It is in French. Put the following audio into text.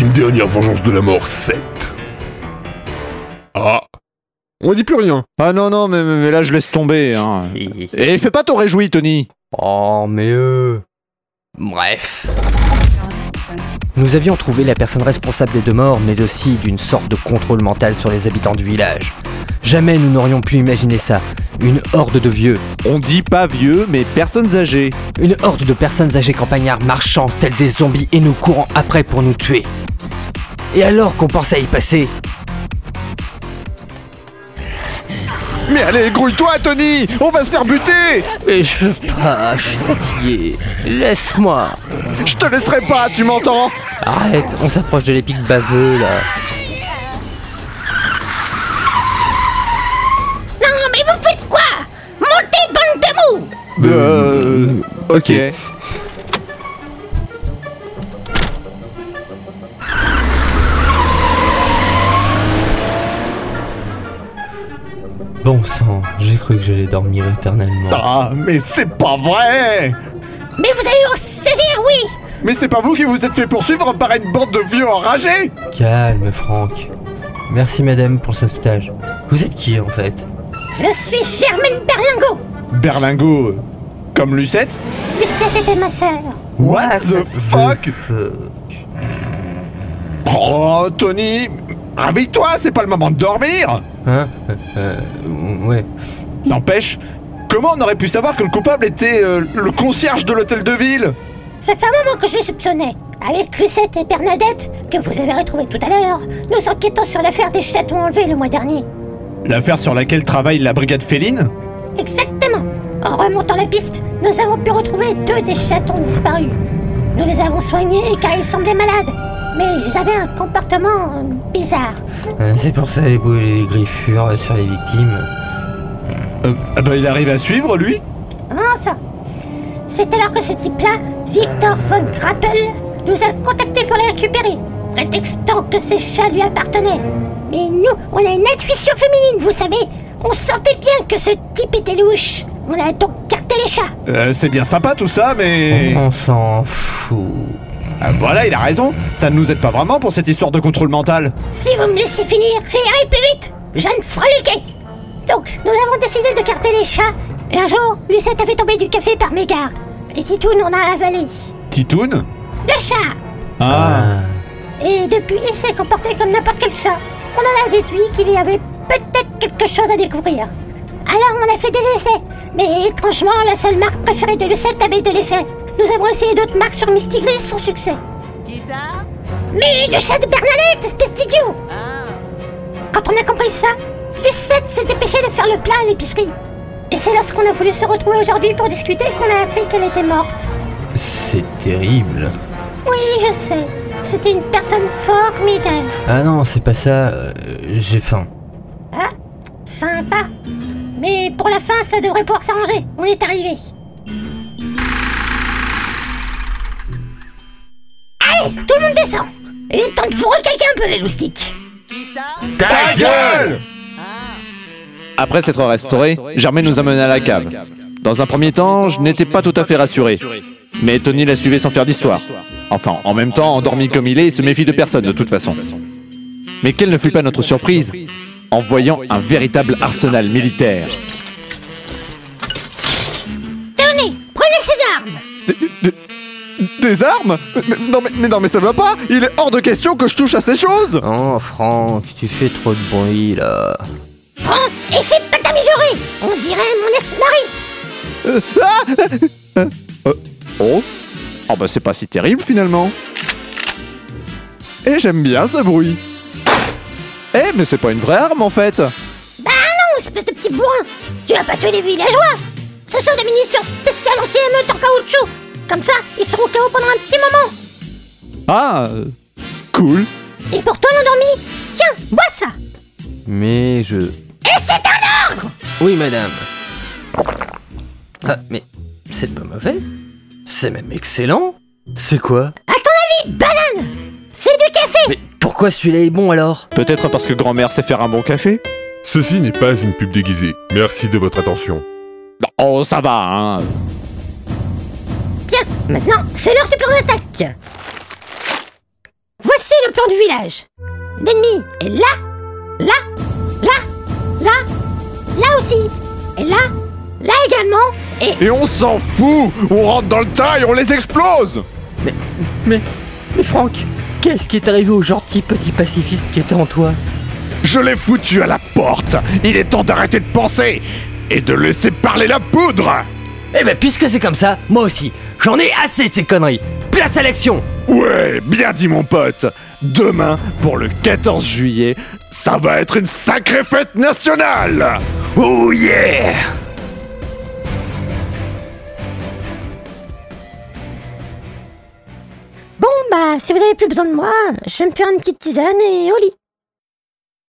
une dernière vengeance de la mort 7. Ah On dit plus rien Ah non, non, mais, mais là, je laisse tomber. Hein. Et fais pas ton réjoui, Tony. Oh, mais eux. Bref. Nous avions trouvé la personne responsable des deux morts, mais aussi d'une sorte de contrôle mental sur les habitants du village. Jamais nous n'aurions pu imaginer ça. Une horde de vieux, On dit pas vieux, mais personnes âgées. une horde de personnes âgées campagnards marchant tels des zombies et nous courant après pour nous tuer. Et alors qu'on pensait y passer, Mais allez, grouille-toi, Tony On va se faire buter mais je veux pas, je suis fatigué. Laisse-moi. Je te laisserai pas, tu m'entends Arrête, on s'approche de l'épique baveux là. Non, mais vous faites quoi Montez, bande de mou Euh... Ok. Bon sang, j'ai cru que j'allais dormir éternellement. Ah, mais c'est pas vrai Mais vous allez vous saisir, oui Mais c'est pas vous qui vous êtes fait poursuivre par une bande de vieux enragés Calme, Franck. Merci, madame, pour ce sauvetage. Vous êtes qui en fait Je suis Germaine Berlingot Berlingo, comme Lucette Lucette était ma sœur What the fuck Oh, Tony Réveille-toi, c'est pas le moment de dormir Hein euh, euh, Ouais. N'empêche, comment on aurait pu savoir que le coupable était euh, le concierge de l'hôtel de ville Ça fait un moment que je les soupçonnais. Avec Lucette et Bernadette, que vous avez retrouvées tout à l'heure, nous enquêtons sur l'affaire des chatons enlevés le mois dernier. L'affaire sur laquelle travaille la brigade féline Exactement En remontant la piste, nous avons pu retrouver deux des chatons disparus. Nous les avons soignés car ils semblaient malades. Mais ils avaient un comportement bizarre. Euh, C'est pour ça les boules et les griffures sur les victimes. Euh, ah bah, il arrive à suivre, lui Enfin C'est alors que ce type-là, Victor von Grappel, nous a contactés pour les récupérer, prétextant que ces chats lui appartenaient. Mais nous, on a une intuition féminine, vous savez On sentait bien que ce type était louche. On a donc carté les chats. Euh, C'est bien sympa tout ça, mais... On s'en fout. Ah, voilà, il a raison, ça ne nous aide pas vraiment pour cette histoire de contrôle mental. Si vous me laissez finir, ça irait plus vite Je ne freluquais Donc, nous avons décidé de carter les chats, et un jour, Lucette a fait tomber du café par mégarde. Les titounes en a avalé. Titoun Le chat Euh, Ah, Et depuis, il s'est comporté comme n'importe quel chat. On en a déduit qu'il y avait peut-être quelque chose à découvrir. Alors on a fait des essais, mais étrangement, la seule marque préférée de Lucette avait de l'effet. Nous avons essayé d'autres marques sur Mystigris sans succès. Mais le chat de Bernadette, espèce d'idiot Quand on a compris ça, Lucette s'est dépêchée de faire le plein à l'épicerie. Et c'est lorsqu'on a voulu se retrouver aujourd'hui pour discuter qu'on a appris qu'elle était morte. C'est terrible. Oui, je sais. C'était une personne formidable. Ah non, c'est pas ça. euh, J'ai faim. Ah, sympa. Mais pour la fin, ça devrait pouvoir s'arranger. On est arrivé. Allez, tout le monde descend. Il est temps de vous recaquer un peu les loustiques. Ta gueule Après s'être restauré, Germaine nous a menés à la cave. Dans un premier temps, je n'étais pas tout à fait rassuré. Mais Tony la suivait sans faire d'histoire. Enfin, en même temps, endormi comme il est, il se méfie de personne de toute façon. Mais quelle ne fut pas notre surprise en voyant un véritable arsenal militaire. Tenez, prenez ces armes. Des armes mais, non, mais, mais non, mais ça va pas Il est hors de question que je touche à ces choses Oh, Franck, tu fais trop de bruit là. Prends et fais pas t'améliorer. On dirait mon ex-mari. Ah Oh Oh bah c'est pas si terrible finalement Et j'aime bien ce bruit Eh mais c'est pas une vraie arme en fait Oh, espèce de petit bourrin. Tu vas pas tuer les villageois. Ce sont des munitions spéciales anti-émeute en caoutchouc. Comme ça, ils seront au chaos pendant un petit moment. Ah euh, Cool Et pour toi, l'endormi, tiens, bois ça. Mais je. Et c'est un ordre. Oui, madame. Ah, mais c'est pas mauvais. C'est même excellent. C'est quoi C'est du café. Mais pourquoi celui-là est bon alors Peut-être parce que grand-mère sait faire un bon café Ceci n'est pas une pub déguisée. Merci de votre attention. Oh, ça va, hein Bien, maintenant, c'est l'heure du plan d'attaque. Voici le plan du village. L'ennemi est là, là, là, là, là aussi, et là, là également, et Et on s'en fout On rentre dans le tas et on les explose Mais. Mais Franck, qu'est-ce qui est arrivé au gentil petit pacifiste qui était en toi Je l'ai foutu à la porte Il est temps d'arrêter de penser Et de laisser parler la poudre Eh ben, puisque c'est comme ça, moi aussi, j'en ai assez de ces conneries Place à l'action Ouais, bien dit mon pote Demain, pour le 14 juillet, ça va être une sacrée fête nationale Oh yeah Bon, bah, si vous avez plus besoin de moi, je vais me faire une petite tisane et au lit.